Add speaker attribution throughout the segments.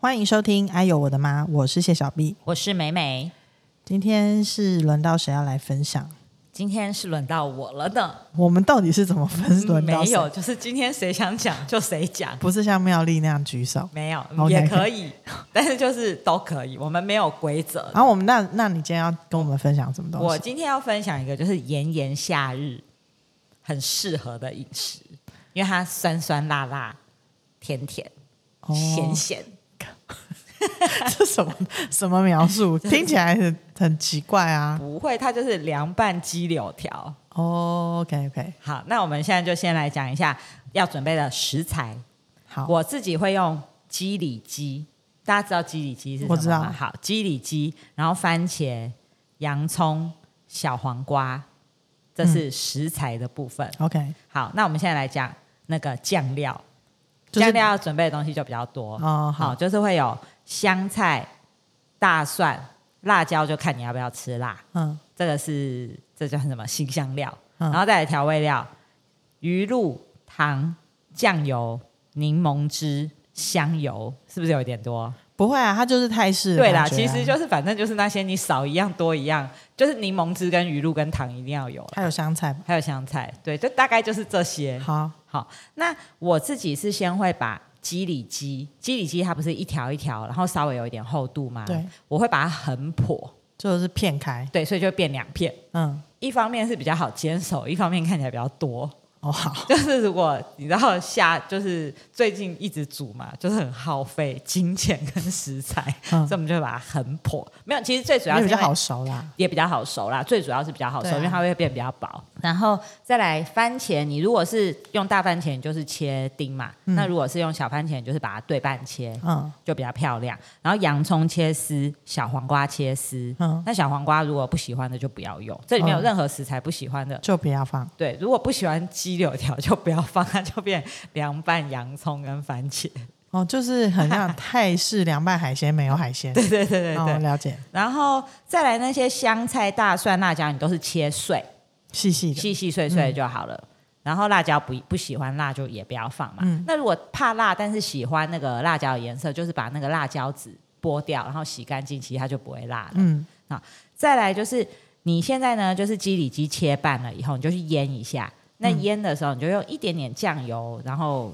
Speaker 1: 欢迎收听《哎呦我的妈》，我是谢小 B。
Speaker 2: 我是美美，
Speaker 1: 今天是轮到谁要来分享？
Speaker 2: 今天是轮到我了的。
Speaker 1: 我们到底是怎么分？轮到
Speaker 2: 嗯没
Speaker 1: 谁
Speaker 2: 有，，就是今天谁想讲就谁讲，
Speaker 1: 不是像妙丽那样举手。
Speaker 2: 没有
Speaker 1: OK
Speaker 2: 也可以，但是就是都可以，我们没有规则。
Speaker 1: 然后我们那，那你今天要跟我们分享什么东
Speaker 2: 我
Speaker 1: 西？
Speaker 2: 今天要分享一个，就是炎炎夏日很适合的饮食，因为它酸酸辣辣、甜甜、
Speaker 1: 哦
Speaker 2: 咸咸。
Speaker 1: 这 什么什么描 述？听起来很很奇怪啊。
Speaker 2: 不会，它就是凉拌鸡柳条。
Speaker 1: 哦、o k OK，
Speaker 2: 好，那我们现在就先来讲一下要准备的食材。
Speaker 1: 好，
Speaker 2: 我自己会用鸡里脊，大家知道鸡里脊是什么吗？
Speaker 1: 我知道
Speaker 2: 好，鸡里脊，然后番茄、洋葱、小黄瓜，这
Speaker 1: 嗯
Speaker 2: 是食材的部分。
Speaker 1: OK，
Speaker 2: 好，那我们现在来讲那个酱料，
Speaker 1: 就是
Speaker 2: 酱料要准备的东西就比较多。
Speaker 1: 哦好
Speaker 2: 好，就是会有香菜、大蒜、辣椒，就看你要不要吃辣。
Speaker 1: 嗯
Speaker 2: 这个是这叫什么新香料，
Speaker 1: 嗯
Speaker 2: 然后再来调味料，鱼露、糖、酱油、柠檬汁、香油，是不是有一点多？
Speaker 1: 不会啊，它就是泰式的
Speaker 2: 对啦，
Speaker 1: 感觉啊
Speaker 2: 其实就是反正就是那些你少一样多一样，就是柠檬汁跟鱼露跟糖一定要有，啊
Speaker 1: 还有香菜吧。
Speaker 2: 还有香菜，对，就大概就是这些。
Speaker 1: 好，
Speaker 2: 好，那我自己是先会把鸡里脊，鸡里脊它不是一条一条，然后稍微有一点厚度吗？
Speaker 1: 对，
Speaker 2: 我会把它横破，
Speaker 1: 就是片开。
Speaker 2: 对，所以就会变两片。
Speaker 1: 嗯，
Speaker 2: 一方面是比较好坚守，一方面看起来比较多。
Speaker 1: 哦好，
Speaker 2: 就是如果你知道下，就是最近一直煮嘛，就是很耗费金钱跟食材，
Speaker 1: 嗯
Speaker 2: 所以我们就会把它横破。没有，其实最主
Speaker 1: 主
Speaker 2: 要是
Speaker 1: 比较
Speaker 2: 因为
Speaker 1: 好熟啦。
Speaker 2: 也比较好熟啦，最主要是比较好熟，
Speaker 1: 对啊
Speaker 2: 因为它会变比较薄。然后再来番茄，你如果是用大番茄，你就是切丁嘛；
Speaker 1: 嗯
Speaker 2: 那如果是用小番茄，你就是把它对半切，
Speaker 1: 嗯
Speaker 2: 就比较漂亮。然后洋葱切丝，小黄瓜切丝。
Speaker 1: 嗯，
Speaker 2: 那小黄瓜如果不喜欢的就不要用，这里面有
Speaker 1: 嗯
Speaker 2: 任何食材不喜欢的，
Speaker 1: 就不要放。
Speaker 2: 对，如果不喜欢鸡柳条就不要放，它就变凉拌洋葱跟番茄。
Speaker 1: 哦，就是很 像泰式凉拌海鲜，没有海鲜。
Speaker 2: 对对对对对，
Speaker 1: 哦，了解，
Speaker 2: 然后再来那些香菜、大蒜、辣椒，你都是切碎，
Speaker 1: 细细的。
Speaker 2: 细细碎碎就好了。嗯然后辣椒不不喜欢辣就也不要放嘛。
Speaker 1: 嗯
Speaker 2: 那如果怕辣但是喜欢那个辣椒的颜色，就是把那个辣椒籽剥掉，然后洗干净，其实它就不会辣了。
Speaker 1: 嗯，
Speaker 2: 再来就是你现在呢，就是鸡里脊切半了以后，你就去腌一下。那
Speaker 1: 嗯
Speaker 2: 腌的时候，你就用一点点酱油，然后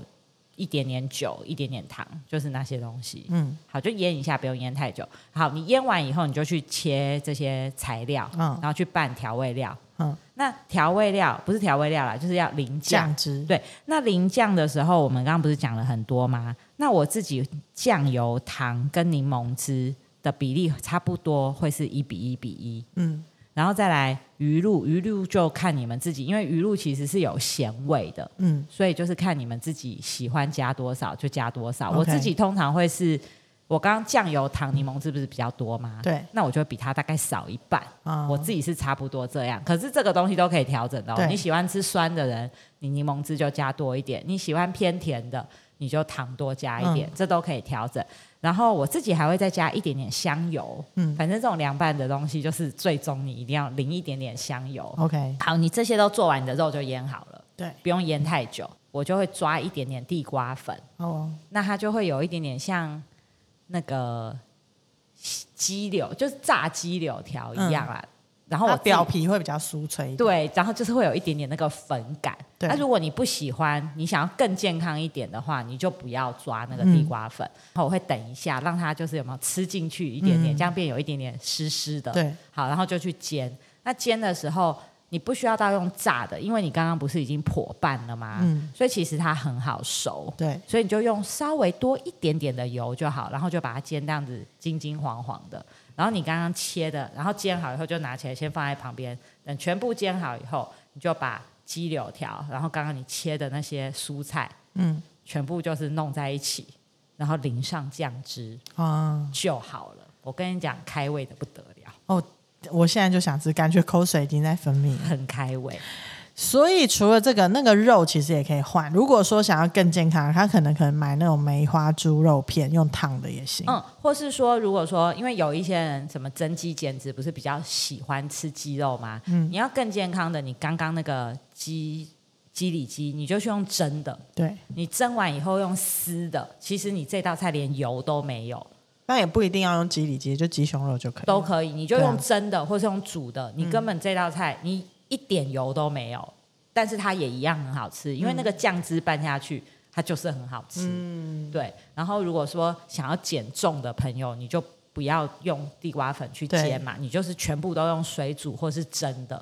Speaker 2: 一点点酒，一点点糖，就是那些东西。
Speaker 1: 嗯
Speaker 2: 好，就腌一下，不用腌太久。好，你腌完以后，你就去切这些材料，
Speaker 1: 嗯
Speaker 2: 然后去拌调味料。
Speaker 1: 嗯，
Speaker 2: 那调味料不是调味料啦，就是要淋酱
Speaker 1: 酱。汁。
Speaker 2: 对，那淋酱的时候，我们刚刚不是讲了很多吗？那我自己酱油、糖跟柠檬汁的比例差不多会是一比一比一，
Speaker 1: 嗯
Speaker 2: 然后再来鱼露，鱼露就看你们自己，因为鱼露其实是有咸味的，
Speaker 1: 嗯
Speaker 2: 所以就是看你们自己喜欢加多少就加多少。
Speaker 1: OK
Speaker 2: 我自己通常会是，我刚刚酱油、糖、柠檬汁不是比较多吗？
Speaker 1: 对，
Speaker 2: 那我就会比它大概少一半。
Speaker 1: 啊
Speaker 2: 我自己是差不多这样，可是这个东西都可以调整的、哦
Speaker 1: 对。
Speaker 2: 你喜欢吃酸的人，你柠檬汁就加多一点；你喜欢偏甜的，你就糖多加一
Speaker 1: 嗯
Speaker 2: 点，这都可以调整。然后我自己还会再加一点点香油，
Speaker 1: 嗯
Speaker 2: 反正这种凉拌的东西，就是最终你一定要淋一点点香油。
Speaker 1: ，OK，
Speaker 2: 好，你这些都做完，你的肉就腌好了，
Speaker 1: 对，
Speaker 2: 不用腌太久。我就会抓一点点地瓜粉，
Speaker 1: 哦，
Speaker 2: 那它就会有一点点像那个鸡柳，就是炸鸡柳条一样啦。然后
Speaker 1: 嗯
Speaker 2: 我
Speaker 1: 它
Speaker 2: 自己
Speaker 1: 表皮会比较酥脆一点。
Speaker 2: 对，然后就是会有一点点那个粉感。
Speaker 1: 对
Speaker 2: 那、如果你不喜欢，你想要更健康一点的话，你就不要抓
Speaker 1: 嗯
Speaker 2: 那个地瓜粉。然后我会等一下，让它就是有没有吃进去一点点，
Speaker 1: 嗯
Speaker 2: 这样变有一点点湿湿的。
Speaker 1: 对，
Speaker 2: 好，然后就去煎。那煎的时候，你不需要到用炸的，因为你刚刚不是已经破半了吗？
Speaker 1: 嗯
Speaker 2: 所以其实它很好熟。
Speaker 1: 对，
Speaker 2: 所以你就用稍微多一点点的油就好，然后就把它煎这样子金金黄黄的。然后你刚刚切的，然后煎好以后就拿起来，先放在旁边，等全部煎好以后，你就把鸡柳条，然后刚刚你切的那些蔬菜，
Speaker 1: 嗯
Speaker 2: 全部就是弄在一起，然后淋上酱汁
Speaker 1: 啊，
Speaker 2: 就好了。我跟你讲，开胃的不得了，
Speaker 1: 哦我现在就想吃，感觉口水已经在分泌了。
Speaker 2: 很开胃。
Speaker 1: 所以除了这个，那个肉其实也可以换。如果说想要更健康，他可能可能买那种梅花猪肉片，用烫的也行。
Speaker 2: 嗯，或是说，如果说，因为有一些人什么增肌减脂，不是比较喜欢吃鸡肉吗？你要更健康的，你刚刚那个鸡鸡里脊，你就去用蒸的，
Speaker 1: 对，
Speaker 2: 你蒸完以后用撕的，其实你这道菜连油都没有，
Speaker 1: 但也不一定要用鸡里脊，就鸡胸肉就可以。
Speaker 2: 都可以，你就
Speaker 1: 对啊
Speaker 2: 用蒸的或是用煮的，你根本这道菜你一点油都没有，但是它也一样很好吃，因为那个酱汁拌下去，它就是很好吃。
Speaker 1: 嗯，
Speaker 2: 对，然后如果说想要减重的朋友，你就不要用地瓜粉去
Speaker 1: 对
Speaker 2: 煎嘛，你就是全部都用水煮或是蒸的。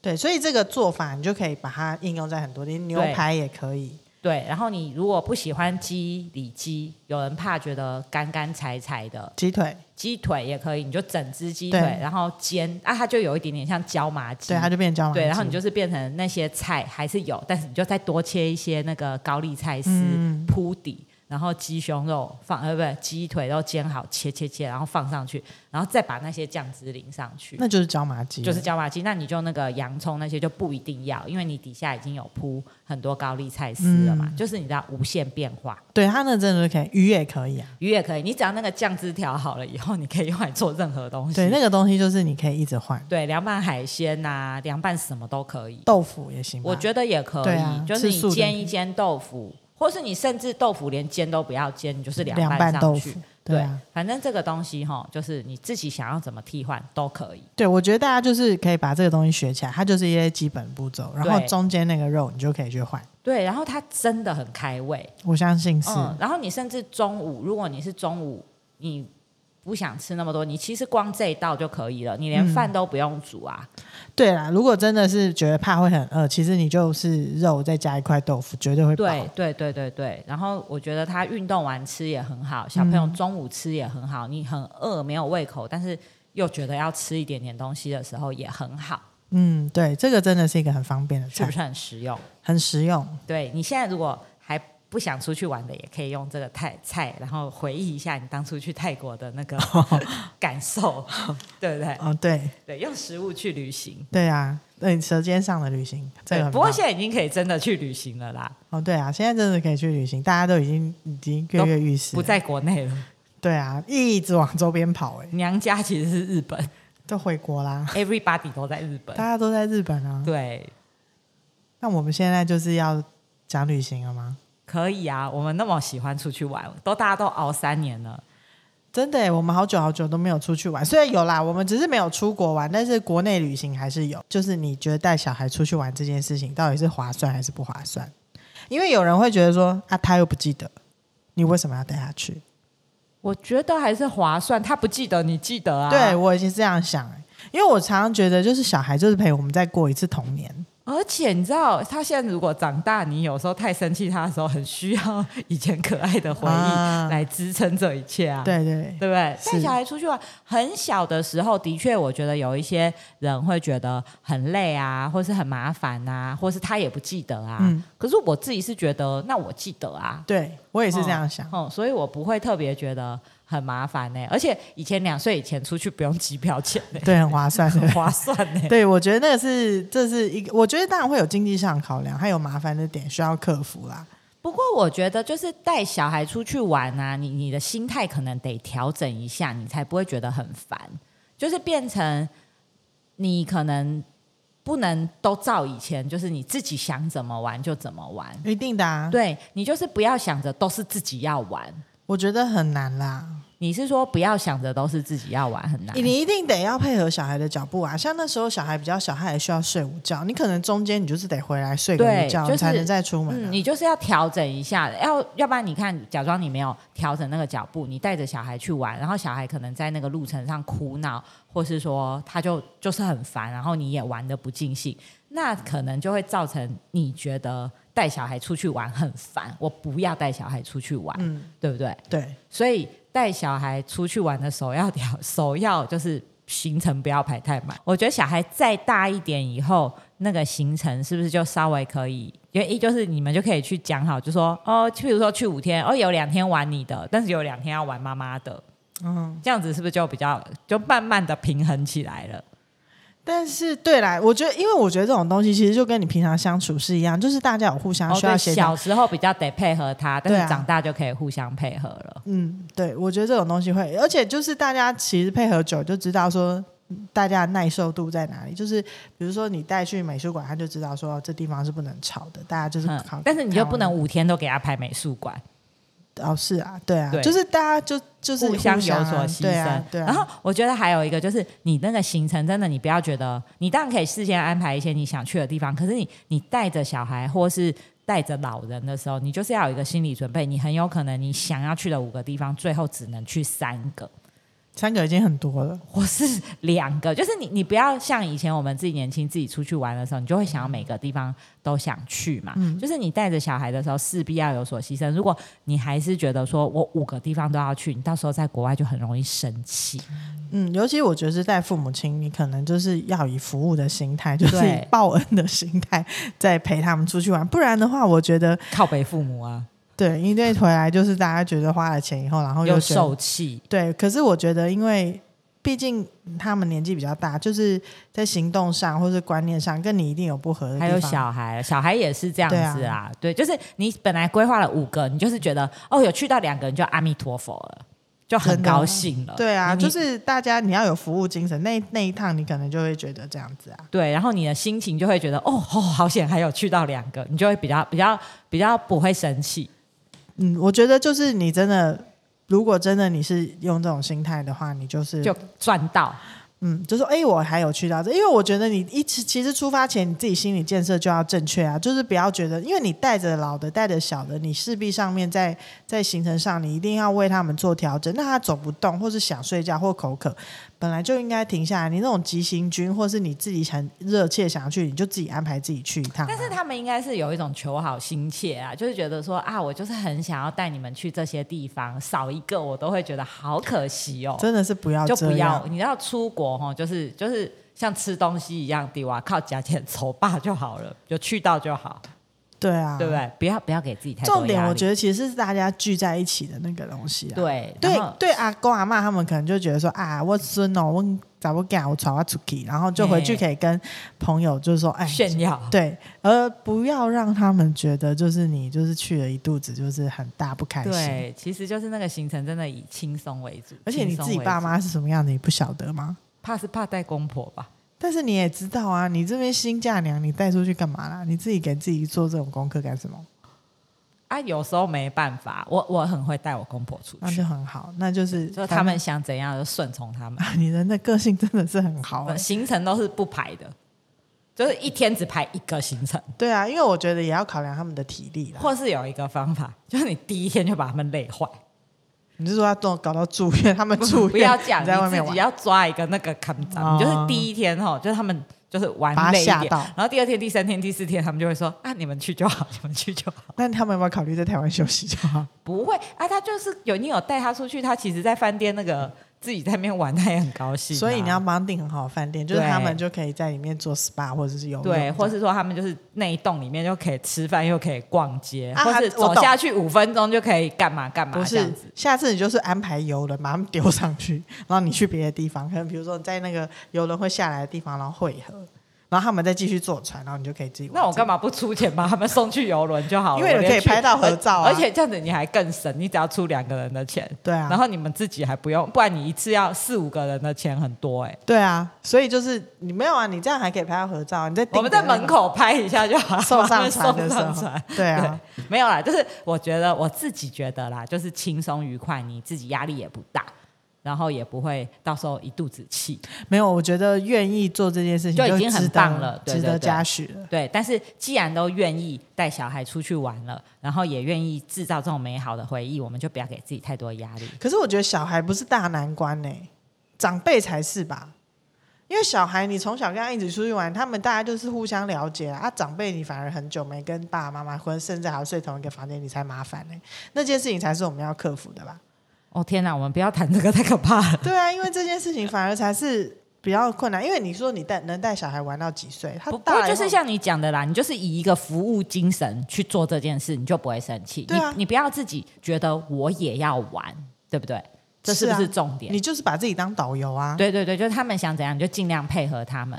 Speaker 1: 对，所以这个做法你就可以把它应用在很多地方，牛
Speaker 2: 对
Speaker 1: 排也可以。
Speaker 2: 对，然后你如果不喜欢鸡里脊，有人怕觉得干干柴柴的，
Speaker 1: 鸡腿，
Speaker 2: 鸡腿也可以，你就整只鸡腿，
Speaker 1: 对
Speaker 2: 然后煎啊，它就有一点点像椒麻鸡
Speaker 1: 对，。它就变焦麻鸡。
Speaker 2: 嗯对，然后你就是变成那些菜还是有，但是你就再多切一些那个高丽菜丝
Speaker 1: 嗯
Speaker 2: 铺底，然后鸡胸肉放呃不是鸡腿都煎好切切切，然后放上去，然后再把那些酱汁淋上去，
Speaker 1: 那就是椒麻鸡了，
Speaker 2: 就是椒麻鸡。那你就那个洋葱那些就不一定要，因为你底下已经有铺很多高丽菜丝了嘛，
Speaker 1: 嗯
Speaker 2: 就是你知道无限变化。
Speaker 1: 对它那真的是可以，鱼也可以啊。
Speaker 2: 鱼也可以，你只要那个酱汁调好了以后，你可以用来做任何东西。
Speaker 1: 对，那个东西就是你可以一直换，
Speaker 2: 对凉拌海鲜呐、凉拌什么都可以。
Speaker 1: 豆腐也行吧。
Speaker 2: 我觉得也可以，
Speaker 1: 对啊
Speaker 2: 就是
Speaker 1: 吃素
Speaker 2: 你
Speaker 1: 的
Speaker 2: 煎一煎豆腐，或是你甚至豆腐连煎都不要煎，你就是
Speaker 1: 凉拌
Speaker 2: 上
Speaker 1: 豆
Speaker 2: 去
Speaker 1: 腐。，对啊，
Speaker 2: 反正这个东西哈，就是你自己想要怎么替换都可以。
Speaker 1: 对，我觉得大家就是可以把这个东西学起来，它就是一些基本步骤，然后
Speaker 2: 对
Speaker 1: 中间那个肉你就可以去换。
Speaker 2: 对，然后它真的很开胃，
Speaker 1: 我相信是，
Speaker 2: 嗯。然后你甚至中午，如果你是中午你不想吃那么多，你其实光这一道就可以了，你连
Speaker 1: 嗯
Speaker 2: 饭都不用煮啊。
Speaker 1: 对啦。如果真的是觉得怕会很饿，其实你就是肉再加一块豆腐，绝对会饱。
Speaker 2: 对对对对对，然后我觉得他运动完吃也很好，小朋友
Speaker 1: 嗯
Speaker 2: 中午吃也很好，你很饿没有胃口，但是又觉得要吃一点点东西的时候也很好，
Speaker 1: 嗯，对，这个真的是一个很方便的
Speaker 2: 是
Speaker 1: 菜
Speaker 2: 不，是很实用？
Speaker 1: 很实用。
Speaker 2: 对你现在如果还不想出去玩的，也可以用这个泰菜，然后回忆一下你当初去泰国的 那个感受，对不对？
Speaker 1: 哦，对
Speaker 2: 对，用食物去旅行。
Speaker 1: 对啊，对，舌尖上的旅行，这个
Speaker 2: 对，
Speaker 1: 很
Speaker 2: 不过
Speaker 1: 棒
Speaker 2: 现在已经可以真的去旅行了啦，
Speaker 1: 哦，对啊，现在真的可以去旅行，大家都已经已经跃跃欲试
Speaker 2: 不
Speaker 1: 了。
Speaker 2: 在国内了。
Speaker 1: 对啊，一直往周边跑、欸，哎，
Speaker 2: 娘家其实是日 本
Speaker 1: 都回国啦，
Speaker 2: ，everybody 都在日本
Speaker 1: 大。家都在日本啊。
Speaker 2: 对，
Speaker 1: 那我们现在就是要讲旅行了吗？
Speaker 2: 可以啊，我们那么喜欢出去玩，都大家都熬三年了。
Speaker 1: 真的耶，欸我们好久好久都没有出去玩。虽然有啦，我们只是没有出国玩，但是国内旅行还是有。就是你觉得带小孩出去玩这件事情，到底是划算还是不划算？因为有人会觉得说啊，他又不记得，你为什么要带他去？
Speaker 2: 我觉得还是划算，他不记得你记得啊。
Speaker 1: 对，我也是这样想耶，因为我常常觉得，就是小孩就是陪我们再过一次童年。
Speaker 2: 而且你知道，他现在如果长大，你有时候太生气他的时候，很需要以前可爱的回
Speaker 1: 啊
Speaker 2: 忆来支撑这一切啊。。
Speaker 1: 对对
Speaker 2: 对不对？
Speaker 1: 是
Speaker 2: 带小孩出去玩，很小的时候，的确，我觉得有一些人会觉得很累啊，或是很麻烦啊，或是他也不记得啊。
Speaker 1: 嗯
Speaker 2: 可是我自己是觉得，那我记得啊，
Speaker 1: 对，我也是这样想。
Speaker 2: 哦，所以我不会特别觉得很麻烦呢、而且以前两岁以前出去不用机票钱呢、
Speaker 1: 对，很划 算，对
Speaker 2: 很划算呢、
Speaker 1: 对，我觉得那个是这是一个，我觉得当然会有经济上的考量，还有麻烦的点需要克服啦。
Speaker 2: 不过我觉得就是带小孩出去玩啊，你你的心态可能得调整一下，你才不会觉得很烦，就是变成你可能。不能都照以前，就是你自己想怎么玩就怎么玩。
Speaker 1: 一定的啊，
Speaker 2: 对你就是不要想着都是自己要玩，
Speaker 1: 我觉得很难啦。
Speaker 2: 你是说不要想着都是自己要玩很难？
Speaker 1: 你一定得要配合小孩的脚步啊。像那时候小孩比较小，他也需要睡午觉，你可能中间你就是得回来睡个午
Speaker 2: 对
Speaker 1: 觉，
Speaker 2: 就是
Speaker 1: 你才能再出门、啊
Speaker 2: 嗯，你就是要调整一下，要要不然你看，假装你没有调整那个脚步，你带着小孩去玩，然后小孩可能在那个路程上哭闹，或是说他就就是很烦，然后你也玩的不尽兴，那可能就会造成你觉得带小孩出去玩很烦，我不要带小孩出去玩，
Speaker 1: 嗯，
Speaker 2: 对不对？
Speaker 1: 对
Speaker 2: 所以带小孩出去玩的首要条，首要就是行程不要排太满。我觉得小孩再大一点以后，那个行程是不是就稍微可以？因为一就是你们就可以去讲好，就说哦，譬如说去五天，哦有两天玩你的，但是有两天要玩妈妈的，
Speaker 1: 嗯。
Speaker 2: 这样子是不是就比较就慢慢的平衡起来了？
Speaker 1: 但是对啦，我觉得，因为我觉得这种东西其实就跟你平常相处是一样，就是大家有互相
Speaker 2: 哦，
Speaker 1: 需要
Speaker 2: 对，
Speaker 1: 协调。
Speaker 2: 小时候比较得配合他，但
Speaker 1: 对啊
Speaker 2: 是长大就可以互相配合了。
Speaker 1: 嗯，对，我觉得这种东西会，而且就是大家其实配合久就知道说。大家的耐受度在哪里？就是比如说你带去美术馆，他就知道说、哦这地方是不能吵的，大家就是
Speaker 2: 嗯
Speaker 1: 考、
Speaker 2: 但是你就不能
Speaker 1: 考
Speaker 2: 五天都给他排美术馆，
Speaker 1: 哦，是啊，对啊，
Speaker 2: 对
Speaker 1: 就是大家就就是
Speaker 2: 互相有
Speaker 1: 啊
Speaker 2: 所牺牲。
Speaker 1: 对啊，对啊。
Speaker 2: 然后我觉得还有一个就是，你那个行程真的，你不要觉得你当然可以事先安排一些你想去的地方，可是你你带着小孩或是带着老人的时候，你就是要有一个心理准备，你很有可能你想要去的五个地方，最后只能去三个。
Speaker 1: 三个已经很多了，
Speaker 2: 或是两个，就是你，你不要像以前我们自己年轻自己出去玩的时候，你就会想要每个地方都想去嘛。
Speaker 1: 嗯
Speaker 2: 就是你带着小孩的时候，势必要有所牺牲。如果你还是觉得说我五个地方都要去，你到时候在国外就很容易生气。
Speaker 1: 嗯，尤其我觉得是带父母亲，你可能就是要以服务的心态，就是
Speaker 2: 对
Speaker 1: 以 报恩的心态在陪他们出去玩，不然的话，我觉得
Speaker 2: 靠北父母啊，
Speaker 1: 对一对回来就是大家觉得花了钱以后，然后
Speaker 2: 又
Speaker 1: 觉得
Speaker 2: 受气，
Speaker 1: 对，可是我觉得，因为毕竟他们年纪比较大，就是在行动上或是观念上跟你一定有不合的地
Speaker 2: 还
Speaker 1: 方。
Speaker 2: 有小孩，小孩也是这样子啊。对，就是你本来规划了五个，你就是觉得哦，有去到两个，你就阿弥陀佛了，就很
Speaker 1: 真的
Speaker 2: 高兴了。
Speaker 1: 对啊，
Speaker 2: 你
Speaker 1: 就是大家你要有服务精神，那那一趟你可能就会觉得这样子啊。
Speaker 2: 对，然后你的心情就会觉得哦哦，好险还有去到两个，你就会比较比较比较不会生气。
Speaker 1: 嗯，我觉得就是你真的，如果真的你是用这种心态的话，你就是
Speaker 2: 就赚到，
Speaker 1: 嗯，就说哎、我还有去到这，因为我觉得你一起其实出发前你自己心理建设就要正确啊，就是不要觉得，因为你带着老的带着小的，你势必上面在在行程上你一定要为他们做调整。那他走不动，或是想睡觉或口渴，本来就应该停下来。你那种急行军，或是你自己很热切想要去，你就自己安排自己去一趟啊、
Speaker 2: 但是他们应该是有一种求好心切啊，就是觉得说啊，我就是很想要带你们去这些地方，少一个我都会觉得好可惜哦，
Speaker 1: 真的是不要
Speaker 2: 就
Speaker 1: 这
Speaker 2: 不
Speaker 1: 样
Speaker 2: 要。你要出国哈、就是就是像吃东西一样的哇，靠加减筹吧就好了，就去到就好，
Speaker 1: 对啊，
Speaker 2: 对不？对？不要不要给自己太多
Speaker 1: 重点
Speaker 2: 压
Speaker 1: 我
Speaker 2: 力
Speaker 1: 觉得其实是大家聚在一起的那个东西啊。
Speaker 2: 对
Speaker 1: 对
Speaker 2: 然后
Speaker 1: 对，阿公阿妈他们可能就觉得说啊，我孙哦，我咋不干，我传我出去，然后就回去
Speaker 2: 嘿
Speaker 1: 可以跟朋友就是说，哎，
Speaker 2: 炫耀。
Speaker 1: 对，而不要让他们觉得就是你就是去了一肚子就是很大不开心。
Speaker 2: 对，其实就是那个行程真的以轻松为主，
Speaker 1: 而且你
Speaker 2: 轻松
Speaker 1: 自己
Speaker 2: 为
Speaker 1: 爸
Speaker 2: 主
Speaker 1: 妈是什么样的，你不晓得吗？
Speaker 2: 怕是怕带公婆吧？
Speaker 1: 但是你也知道啊，你这边新嫁娘，你带出去干嘛啦？你自己给自己做这种功课干什么？
Speaker 2: 啊，有时候没办法，我我很会带我公婆出
Speaker 1: 那
Speaker 2: 去
Speaker 1: 就，很好，那就是
Speaker 2: 就他们想怎样就顺从他们，
Speaker 1: 反正 你人的个性真的是很好、 欸，
Speaker 2: 行程都是不排的，就是一天只排一个行程，
Speaker 1: 对啊，因为我觉得也要考量他们的体力啦。
Speaker 2: 或是有一个方法，就是你第一天就把他们累坏，
Speaker 1: 你是说要动搞到住院？他们住院
Speaker 2: 不要讲
Speaker 1: 你
Speaker 2: 你
Speaker 1: 在外面
Speaker 2: 自己
Speaker 1: 玩，
Speaker 2: 要抓一个那个看
Speaker 1: 哦
Speaker 2: 章，就是第一天哈，就是他们。就是玩
Speaker 1: 把他
Speaker 2: 累一
Speaker 1: 吓
Speaker 2: 点，
Speaker 1: 到
Speaker 2: 然后第二天、第三天、第四天，他们就会说：“啊，你们去就好，你们去就好。”
Speaker 1: 那他们有没有考虑在台湾休息就好？
Speaker 2: 不会啊，他就是有你有带他出去，他其实在饭店那个自己在那边玩，他也很高兴啊、
Speaker 1: 所以你要帮他订很好的饭店，就是
Speaker 2: 对
Speaker 1: 他们就可以在里面做 SPA 或者是游泳，
Speaker 2: 对，或是说他们就是那一栋里面就可以吃饭，又可以逛街，
Speaker 1: 啊
Speaker 2: 或
Speaker 1: 我
Speaker 2: 是
Speaker 1: 懂
Speaker 2: 走下去五分钟就可以干嘛干嘛
Speaker 1: 不
Speaker 2: 这样
Speaker 1: 是
Speaker 2: 子。？
Speaker 1: 下次你就是安排游轮，把他们丢上去，然后你去别的地方，可能比如说你在那个游轮会下来的地方，然后汇合，然后他们再继续坐船，然后你就可以自己玩。
Speaker 2: 那我干嘛不出钱把他们送去游轮就好了？
Speaker 1: 因为
Speaker 2: 我
Speaker 1: 你可以
Speaker 2: 连去
Speaker 1: 拍到合照啊
Speaker 2: 而而且这样子你还更省，你只要出两个人的钱，
Speaker 1: 对啊，
Speaker 2: 然后你们自己还不用，不然你一次要四五个人的钱很多哎、
Speaker 1: 对啊，所以就是你没有啊，你这样还可以拍到合照，你在订
Speaker 2: 我们在
Speaker 1: 的那个
Speaker 2: 门口拍一下就好，
Speaker 1: 送
Speaker 2: 把他
Speaker 1: 上船的
Speaker 2: 们 送
Speaker 1: 时
Speaker 2: 上
Speaker 1: 候
Speaker 2: 船。，
Speaker 1: 对啊，
Speaker 2: 对，没有啦，就是我觉得我自己觉得啦，就是轻松愉快，你自己压力也不大，然后也不会到时候一肚子气。
Speaker 1: 没有，我觉得愿意做这件事情
Speaker 2: 就已
Speaker 1: 是
Speaker 2: 经很
Speaker 1: 值得
Speaker 2: 棒了对
Speaker 1: 值
Speaker 2: 对
Speaker 1: 得
Speaker 2: 对
Speaker 1: 嘉许了。
Speaker 2: 对，但是既然都愿意带小孩出去玩了，然后也愿意制造这种美好的回忆，我们就不要给自己太多压力。
Speaker 1: 可是我觉得小孩不是大难关呢、长辈才是吧？因为小孩你从小跟他一起出去玩，他们大家就是互相了解啊。啊长辈你反而很久没跟爸爸妈妈，或者甚至还要睡同一个房间，你才麻烦呢、欸那件事情才是我们要克服的吧？
Speaker 2: 哦天哪，我们不要谈这个，太可 怕了。
Speaker 1: 对啊，因为这件事情反而才是比较困难。因为你说你带能带小孩玩到几岁？他
Speaker 2: 不
Speaker 1: 大
Speaker 2: 过
Speaker 1: 了以
Speaker 2: 就
Speaker 1: 后
Speaker 2: 是像你讲的啦，你就是以一个服务精神去做这件事，你就不会生气。
Speaker 1: 对啊
Speaker 2: 你你不要自己觉得我也要玩，对不对？这
Speaker 1: 是
Speaker 2: 是不是
Speaker 1: 啊
Speaker 2: 重点？
Speaker 1: 你就是把自己当导游啊。
Speaker 2: 对对对，就是他们想怎样，你就尽量配合他们。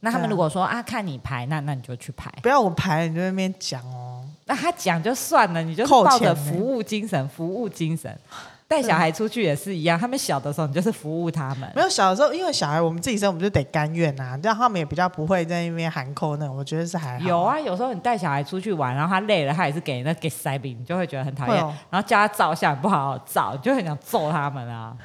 Speaker 2: 那他们如果说啊看你排，那那你就去排。
Speaker 1: 不要我排你就在那边讲哦。
Speaker 2: 那他讲就算了，你就是
Speaker 1: 扣
Speaker 2: 抱
Speaker 1: 钱
Speaker 2: 着
Speaker 1: 呢
Speaker 2: 服务精神，服务精神。带小孩出去也是一样，他们小的时候你就是服务他们
Speaker 1: 没，有小的时候，因为小孩我们自己生，我们就得甘愿呐、啊，这样他们也比较不会在那边喊扣那种。我觉得是还好。
Speaker 2: 有，啊，有时候你带小孩出去玩，然后他累了，他也是给那给塞饼，你就会觉得很讨
Speaker 1: 会
Speaker 2: 厌。
Speaker 1: 哦
Speaker 2: 然后叫他照相不好好照，你就很想揍他们啊。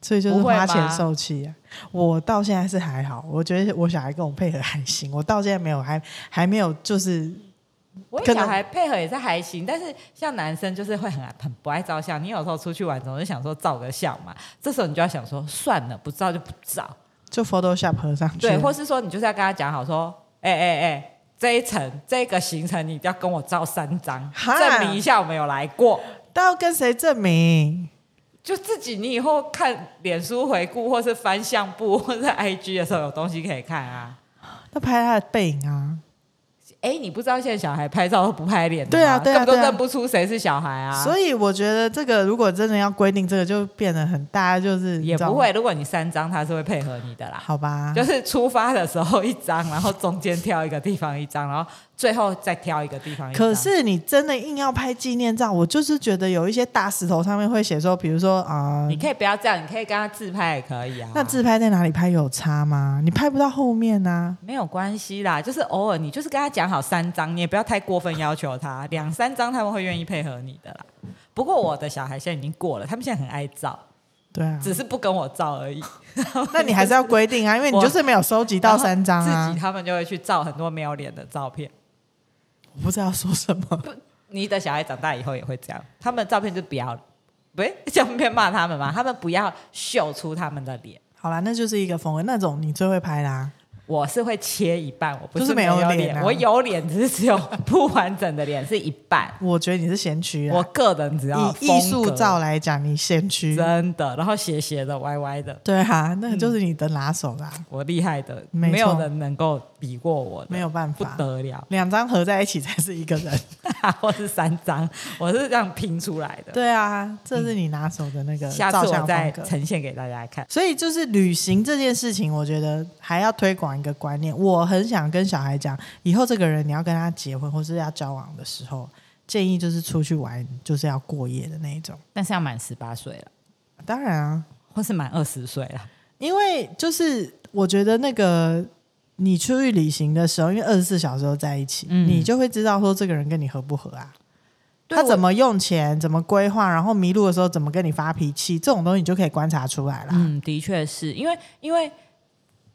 Speaker 1: 所以就是
Speaker 2: 不会
Speaker 1: 花
Speaker 2: 吗
Speaker 1: 钱受气、啊。
Speaker 2: 嗯
Speaker 1: 我到现在是还好，我觉得我小孩跟我配合还行，我到现在没有还还没有就是
Speaker 2: 我
Speaker 1: 可
Speaker 2: 有
Speaker 1: 能
Speaker 2: 小孩配合也是还行，但是像男生就是会很很不爱照相。你有时候出去玩总是想说照个相嘛，这时候你就要想说算了，不照就不照。
Speaker 1: 就 Photoshop 合上去
Speaker 2: 对，
Speaker 1: 了，
Speaker 2: 或是说你就是要跟他讲好说，哎哎哎，这一层这个行程你一定要跟我照三张，
Speaker 1: 哈
Speaker 2: 证明一下我们有来过。
Speaker 1: 但要跟谁证明？
Speaker 2: 就自己，你以后看脸书回顾，或是翻相簿，或是 IG 的时候，有东西可以看啊。
Speaker 1: 那拍他的背影啊，
Speaker 2: 哎，你不知道现在小孩拍照都不拍脸的
Speaker 1: 对
Speaker 2: 吗，
Speaker 1: 啊对啊
Speaker 2: 根本
Speaker 1: 对
Speaker 2: 都
Speaker 1: 啊
Speaker 2: 认不出谁是小孩啊。
Speaker 1: 所以我觉得这个如果真的要规定，这个就变得很大，就是
Speaker 2: 也不，会，如果你三张，他是会配合你的
Speaker 1: 你知道
Speaker 2: 啦。
Speaker 1: 好吧？
Speaker 2: 就是出发的时候一张，然后中间挑一个地方一张，然后最后再挑一个地方一张。
Speaker 1: 可是你真的硬要拍纪念照，我就是觉得有一些大石头上面会写说，比如说啊、
Speaker 2: 你可以不要这样，你可以跟他自拍也可以啊。
Speaker 1: 那自拍在哪里拍有差吗？你拍不到后面啊。
Speaker 2: 没有关系啦，就是偶尔你就是跟他讲好三张，你也不要太过分要求他，两三张他们会愿意配合你的啦。不过我的小孩现在已经过了，他们现在很爱照，
Speaker 1: 对啊，
Speaker 2: 只是不跟我照而已。
Speaker 1: 那你还是要规定啊，因为你
Speaker 2: 我
Speaker 1: 就是没有收集到三张
Speaker 2: 自
Speaker 1: 啊
Speaker 2: 己。他们就会去照很多没有脸的照片。
Speaker 1: 我不知道说什么，
Speaker 2: 你的小孩长大以后也会这样，他们照片就不要，不是 这样偏骂他们嘛？他们不要秀出他们的脸。
Speaker 1: 好啦，那就是一个风格，那种你最会拍啦。
Speaker 2: 我是会切一半，我不
Speaker 1: 就是
Speaker 2: 没
Speaker 1: 没有
Speaker 2: 脸，
Speaker 1: 脸啊
Speaker 2: 我有脸，只是只有不完整的脸是一 半。
Speaker 1: 我觉得你是先驱
Speaker 2: 我
Speaker 1: 啊，
Speaker 2: 个人只要
Speaker 1: 以艺
Speaker 2: 风
Speaker 1: 术
Speaker 2: 格
Speaker 1: 照来讲，你先驱。
Speaker 2: 真的，然后斜斜的、歪歪的，
Speaker 1: 对啊，那个就是你的拿手啦，
Speaker 2: 我厉害的，
Speaker 1: 没错
Speaker 2: 没有人能够比过我的，
Speaker 1: 没有办
Speaker 2: 不
Speaker 1: 法。
Speaker 2: 得了，
Speaker 1: 两张合在一起才是一个人。
Speaker 2: 或是三张，我是这样拼出来的。
Speaker 1: 对啊，这是你拿手的那个
Speaker 2: 下
Speaker 1: 照
Speaker 2: 次我
Speaker 1: 相
Speaker 2: 再
Speaker 1: 风格。
Speaker 2: 呈现给大家看。
Speaker 1: 所以就是旅行这件事情，我觉得还要推广一个观念。我很想跟小孩讲，以后这个人你要跟他结婚或是要交往的时候，建议就是出去玩就是要过夜的那一种。
Speaker 2: 但是要满十八岁了，
Speaker 1: 当然啊，
Speaker 2: 或是满二十岁了，
Speaker 1: 因为就是我觉得那个你出去旅行的时候，因为二十四小时都在一起，
Speaker 2: 嗯
Speaker 1: 你就会知道说这个人跟你合不合啊。
Speaker 2: 对
Speaker 1: 他怎
Speaker 2: 么？
Speaker 1: 么用钱，怎么规划，然后迷路的时候怎么跟你发脾气，这种东西你就可以观察出来啦。
Speaker 2: 嗯，的确是因为因为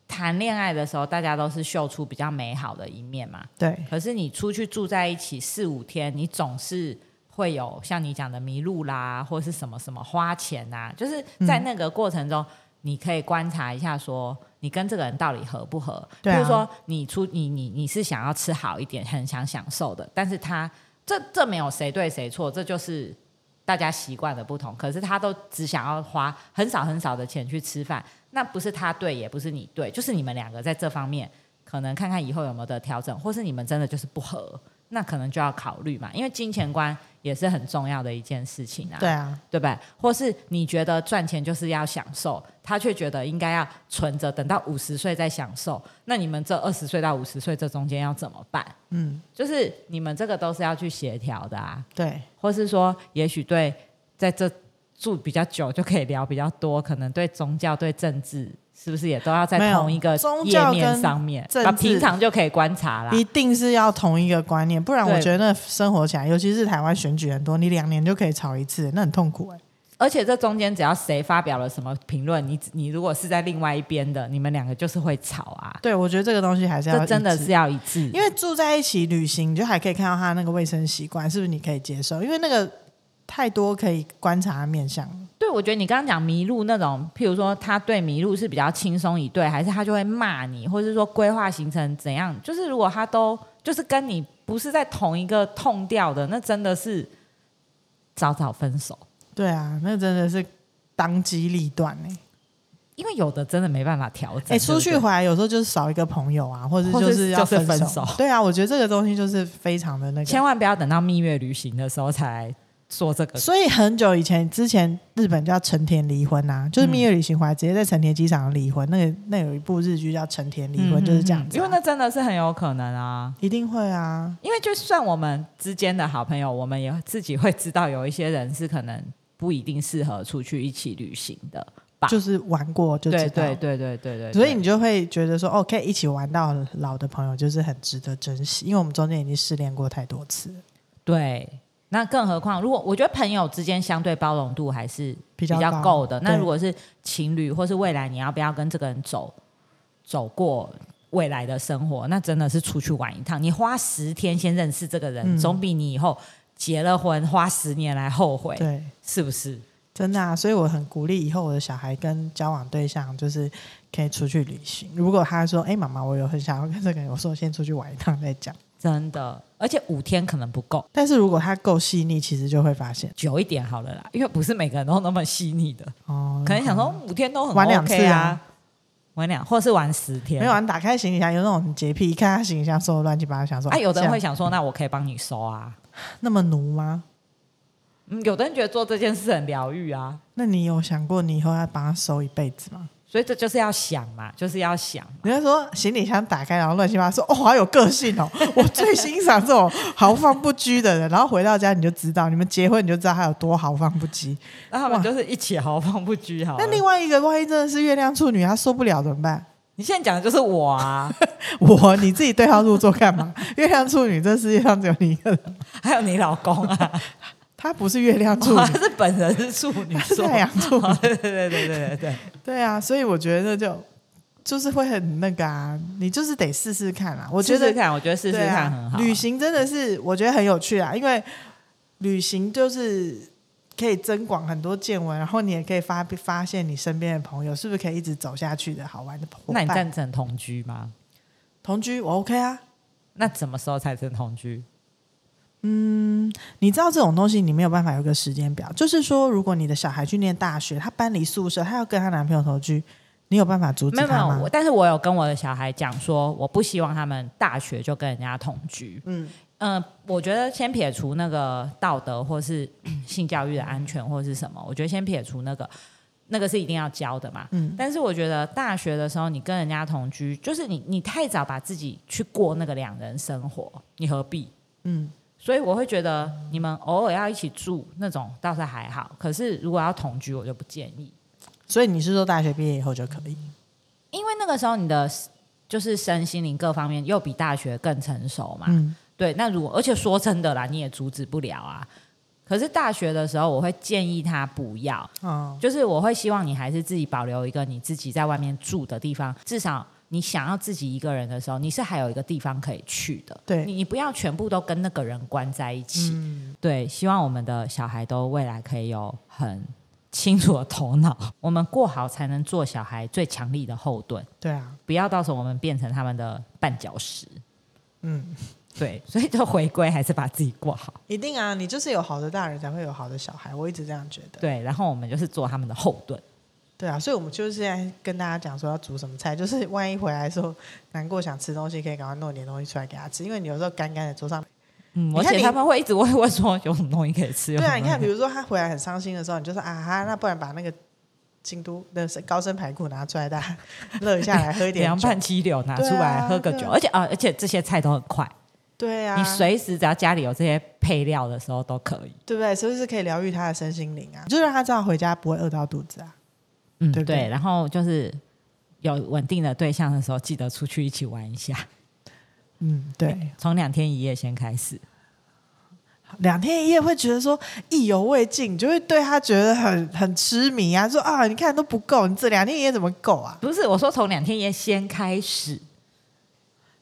Speaker 2: 谈恋爱的时候，大家都是秀出比较美好的一面嘛。
Speaker 1: 对，
Speaker 2: 可是你出去住在一起四五天，你总是会有像你讲的迷路啦，或是什么什么花钱呐、就是在那个过程中，你可以观察一下说。你跟这个人到底合不合？
Speaker 1: 对啊
Speaker 2: 比如说你出你你你是想要吃好一点，很想享受的，但是他这这没有谁对谁错，这就是大家习惯的不同。可是他都只想要花很少很少的钱去吃饭，那不是他对，也不是你对，就是你们两个在这方面可能看看以后有没有得调整，或是你们真的就是不合，那可能就要考虑嘛，因为金钱观也是很重要的一件事情啊，
Speaker 1: 对啊，
Speaker 2: 对吧？或是你觉得赚钱就是要享受，他却觉得应该要存着，等到五十岁再享受，那你们这二十岁到五十岁这中间要怎么办？
Speaker 1: 嗯，
Speaker 2: 就是你们这个都是要去协调的啊，
Speaker 1: 对，
Speaker 2: 或是说，也许对在这住比较久就可以聊比较多，可能对宗教、对政治，是不是也都要在
Speaker 1: 没有
Speaker 2: 同一个
Speaker 1: 宗
Speaker 2: 页
Speaker 1: 教
Speaker 2: 面
Speaker 1: 跟
Speaker 2: 上面？
Speaker 1: 政
Speaker 2: 啊
Speaker 1: 治
Speaker 2: 平常就可以观察啦。
Speaker 1: 一定是要同一个观念，不然我
Speaker 2: 对
Speaker 1: 觉得生活起来，尤其是台湾选举很多，你两年就可以吵一次，那很痛苦哎、
Speaker 2: 而且这中间只要谁发表了什么评论，你你如果是在另外一边的，你们两个就是会吵啊。
Speaker 1: 对，我觉得这个东西还是要
Speaker 2: 这真的
Speaker 1: 一致
Speaker 2: 是要一致，
Speaker 1: 因为住在一起旅行，你就还可以看到他那个卫生习惯是不是你可以接受，因为那个太多可以观察的面相了。
Speaker 2: 对，我觉得你刚刚讲迷路那种，譬如说他对迷路是比较轻松以对，还是他就会骂你，或者是说规划行程怎样？就是如果他都就是跟你不是在同一个痛调的，那真的是早早分手，
Speaker 1: 对啊，那真的是当机立断哎、
Speaker 2: 因为有的真的没办法调整。
Speaker 1: 哎、
Speaker 2: 对
Speaker 1: 出
Speaker 2: 不
Speaker 1: 去
Speaker 2: 对
Speaker 1: 回来有时候就是少一个朋友啊，或者
Speaker 2: 或
Speaker 1: 就是要
Speaker 2: 就是
Speaker 1: 分
Speaker 2: 分
Speaker 1: 手。
Speaker 2: 手
Speaker 1: 对啊，我觉得这个东西就是非常的那个。
Speaker 2: 千万不要等到蜜月旅行的时候才做这个。
Speaker 1: 所以很久以前，之前日本叫成田离婚
Speaker 2: 嗯
Speaker 1: 啊，就是蜜月旅行回来直接在成田机场离婚。那个那有一部日剧叫《成田离
Speaker 2: 嗯
Speaker 1: 婚》，就是这样子啊、
Speaker 2: 因为那真的是很有可能啊。
Speaker 1: 一定会啊，
Speaker 2: 因为就算我们之间的好朋友，我们也自己会知道，有一些人是可能不一定适合出去一起旅行的吧。
Speaker 1: 就是玩过就知道。
Speaker 2: 对对对对对对，
Speaker 1: 所以你就会觉得说，哦，可以一起玩到老的朋友，就是很值得珍惜，因为我们中间已经试恋过太多次了，
Speaker 2: 对。那更何况，如果我觉得朋友之间相对包容度还是
Speaker 1: 比
Speaker 2: 比
Speaker 1: 较
Speaker 2: 较
Speaker 1: 高
Speaker 2: 够的，那
Speaker 1: 对
Speaker 2: 如果是情侣或是未来你要不要跟这个人走走过未来的生活，那真的是出去玩一趟，你花十天先认识这个人，
Speaker 1: 嗯
Speaker 2: 总比你以后结了婚花十年来后悔，
Speaker 1: 对，
Speaker 2: 是不是？
Speaker 1: 真的啊。所以我很鼓励以后我的小孩跟交往对象，就是可以出去旅行。如果他说，哎、妈妈，我有很想要跟这个人，我说我先出去玩一趟再讲。
Speaker 2: 真的，而且五天可能不够，
Speaker 1: 但是如果他够细腻，其实就会发现，
Speaker 2: 久一点好了啦，因为不是每个人都那么细腻的，
Speaker 1: 哦，
Speaker 2: 可能想说五天都很
Speaker 1: 玩两次
Speaker 2: OK
Speaker 1: 啊
Speaker 2: 啊，玩两或是玩十天，
Speaker 1: 没有啊，你打开行李箱，有那种很洁癖，一看他行李箱收的乱七八糟，想 说，
Speaker 2: 啊，有的人
Speaker 1: 这
Speaker 2: 会
Speaker 1: 样
Speaker 2: 想说，那我可以帮你收啊。
Speaker 1: 那么奴吗？
Speaker 2: 嗯，有的人觉得做这件事很疗愈啊，
Speaker 1: 那你有想过你以后要帮他收一辈子吗？
Speaker 2: 所以这就是要想嘛，就是要想。
Speaker 1: 人家说行李箱打开，然后乱七八糟，说哦，好有个性 哦！我最欣赏这种豪放不羁的人。然后回到家你就知道，你们结婚你就知道他有多豪放不羁。
Speaker 2: 那他们就是一起豪放不拘好了。啊
Speaker 1: 那另外一个，万一真的是月亮处女，他受不了怎么办？
Speaker 2: 你现在讲的就是我啊，
Speaker 1: 我你自己对号入座干嘛？月亮处女这世界上只有你一个人，
Speaker 2: 还有你老公啊，
Speaker 1: 他不是月亮 处
Speaker 2: 他
Speaker 1: 女，
Speaker 2: 是本人是处女
Speaker 1: 他是
Speaker 2: 座，
Speaker 1: 太阳处女。
Speaker 2: 对对对对对对
Speaker 1: 对啊，所以我觉得就就是会很那个啊，你就是得试试看啊。我
Speaker 2: 我
Speaker 1: 觉得
Speaker 2: 看，我觉得试试
Speaker 1: 对
Speaker 2: 看很好。
Speaker 1: 啊。旅行真的是我觉得很有趣啊，因为旅行就是可以增广很多见闻，然后你也可以发发现你身边的朋友是不是可以一直走下去的好玩的伙
Speaker 2: 那你
Speaker 1: 伴。
Speaker 2: 赞成同居吗？
Speaker 1: 同居我 OK 啊，
Speaker 2: 那什么时候才是同居？
Speaker 1: 你知道这种东西你没有办法有个时间表，就是说如果你的小孩去念大学，他搬离宿舍，他要跟她男朋友同居，你有办法阻止
Speaker 2: 没有没
Speaker 1: 他
Speaker 2: 有，
Speaker 1: 吗？
Speaker 2: 我但是我有跟我的小孩讲说，我不希望他们大学就跟人家同居。
Speaker 1: 嗯
Speaker 2: 嗯嗯、我觉得先撇除那个道德或是 性教育的安全或是什么，我觉得先撇除那个，那个是一定要教的嘛。
Speaker 1: 嗯
Speaker 2: 但是我觉得大学的时候，你跟人家同居，就是你你太早把自己去过那个两人生活，你何必？
Speaker 1: 嗯，
Speaker 2: 所以我会觉得你们偶尔要一起住那种倒是还好，可是如果要同居，我就不建议。
Speaker 1: 所以你是说大学毕业以后就可以？
Speaker 2: 因为那个时候你的就是身心灵各方面又比大学更成熟嘛。
Speaker 1: 嗯
Speaker 2: 对，那如而且说真的啦，你也阻止不了啊。可是大学的时候，我会建议他不要，
Speaker 1: 哦，
Speaker 2: 就是我会希望你还是自己保留一个你自己在外面住的地方，至少你想要自己一个人的时候，你是还有一个地方可以去的。
Speaker 1: 对
Speaker 2: 你你不要全部都跟那个人关在一起。
Speaker 1: 嗯。
Speaker 2: 对，希望我们的小孩都未来可以有很清楚的头脑，我们过好才能做小孩最强力的后盾。
Speaker 1: 对啊，
Speaker 2: 不要到时候我们变成他们的绊脚石。
Speaker 1: 嗯，
Speaker 2: 对， 所以就回归还是把自己过好。
Speaker 1: 一定啊，你就是有好的大人才会有好的小孩，我一直这样觉得。
Speaker 2: 对，然后我们就是做他们的后盾。
Speaker 1: 对啊，所以我们就是现在跟大家讲说要煮什么菜，就是万一回来的时候难过想吃东西，可以赶快弄点东西出来给他吃，因为你有时候干干的桌上。
Speaker 2: 嗯，
Speaker 1: 你
Speaker 2: 而
Speaker 1: 看
Speaker 2: 且
Speaker 1: 你
Speaker 2: 他们会一直问问说有什么东西可以吃。有
Speaker 1: 对啊，
Speaker 2: 什么
Speaker 1: 你看，
Speaker 2: 东
Speaker 1: 比
Speaker 2: 西
Speaker 1: 如说他回来很伤心的时候，你就说啊哈，那不然把那个京都的高参排骨拿出来，大家热一下来喝一点
Speaker 2: 凉
Speaker 1: 酒。
Speaker 2: 拌鸡柳拿出
Speaker 1: 对
Speaker 2: 来、
Speaker 1: 啊
Speaker 2: 喝个
Speaker 1: 对啊
Speaker 2: 酒，而且啊，而且这些菜都很快，
Speaker 1: 对啊，
Speaker 2: 你随时只要家里有这些配料的时候都可以。
Speaker 1: 对不对？是不是可以疗愈他的身心灵啊？就让他知道回家不会饿到肚子啊。
Speaker 2: 嗯，
Speaker 1: 对
Speaker 2: 对
Speaker 1: 不对
Speaker 2: 然后就是有稳定的对象的时候，记得出去一起玩一下。
Speaker 1: 嗯，对，
Speaker 2: 从两天一夜先开始。
Speaker 1: 两天一夜会觉得说意犹未尽，你就会对他觉得很很痴迷啊，说啊，你看都不够，你这两天一夜怎么够啊？
Speaker 2: 不是，我说从两天一夜先开始。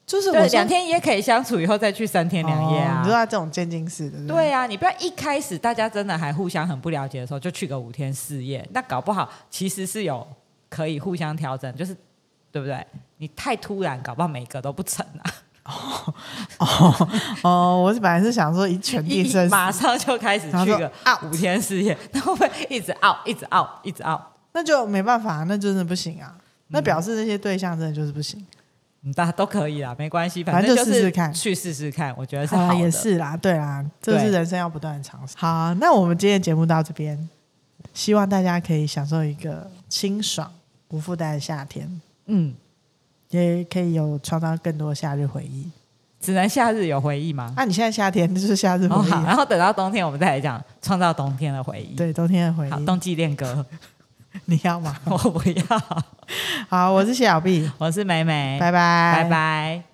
Speaker 1: 就是我
Speaker 2: 对，
Speaker 1: 说
Speaker 2: 两天一夜可以相处，以后再去三天两夜
Speaker 1: 哦
Speaker 2: 啊。
Speaker 1: 你嗯说他这种渐进式的，不
Speaker 2: 对啊，你不要一开始大家真的还互相很不了解的时候，就去个五天四夜，那搞不好其实是有可以互相调整，就是对不对？你太突然，搞不好每个都不成啊！
Speaker 1: 哦哦，我是本来是想说一拳
Speaker 2: 一
Speaker 1: 定生死，
Speaker 2: 马上就开始
Speaker 1: 然后
Speaker 2: 去
Speaker 1: 说啊
Speaker 2: 个
Speaker 1: out
Speaker 2: 五天四夜，那会不会一直熬，一直熬，一直熬？
Speaker 1: 那就没办法，那真的不行啊。那表示那些对象真的就是不行，
Speaker 2: 嗯大家都可以啦，没关系，
Speaker 1: 反正
Speaker 2: 正
Speaker 1: 就
Speaker 2: 就
Speaker 1: 试
Speaker 2: 是
Speaker 1: 试看
Speaker 2: 去试试看，我觉得是
Speaker 1: 啊，
Speaker 2: 好的。
Speaker 1: 也是啦，对啦，这是
Speaker 2: 对
Speaker 1: 人生要不断的尝试。好，那我们今天的节目到这边，希望大家可以享受一个清爽无负担的夏天，
Speaker 2: 嗯，
Speaker 1: 也可以有创造更多夏日回忆。
Speaker 2: 只能夏日有回忆吗？
Speaker 1: 那、啊你现在夏天 就是夏日
Speaker 2: 哦，
Speaker 1: 回忆
Speaker 2: 好，
Speaker 1: 啊，
Speaker 2: 然后等到冬天我们再来讲创造冬天的回忆。
Speaker 1: 对，冬天的回
Speaker 2: 好，
Speaker 1: 忆，
Speaker 2: 冬季恋歌
Speaker 1: 你要吗？
Speaker 2: 我不要。
Speaker 1: 好，我是小 B，
Speaker 2: 我是美美，
Speaker 1: 拜拜，
Speaker 2: 哎拜拜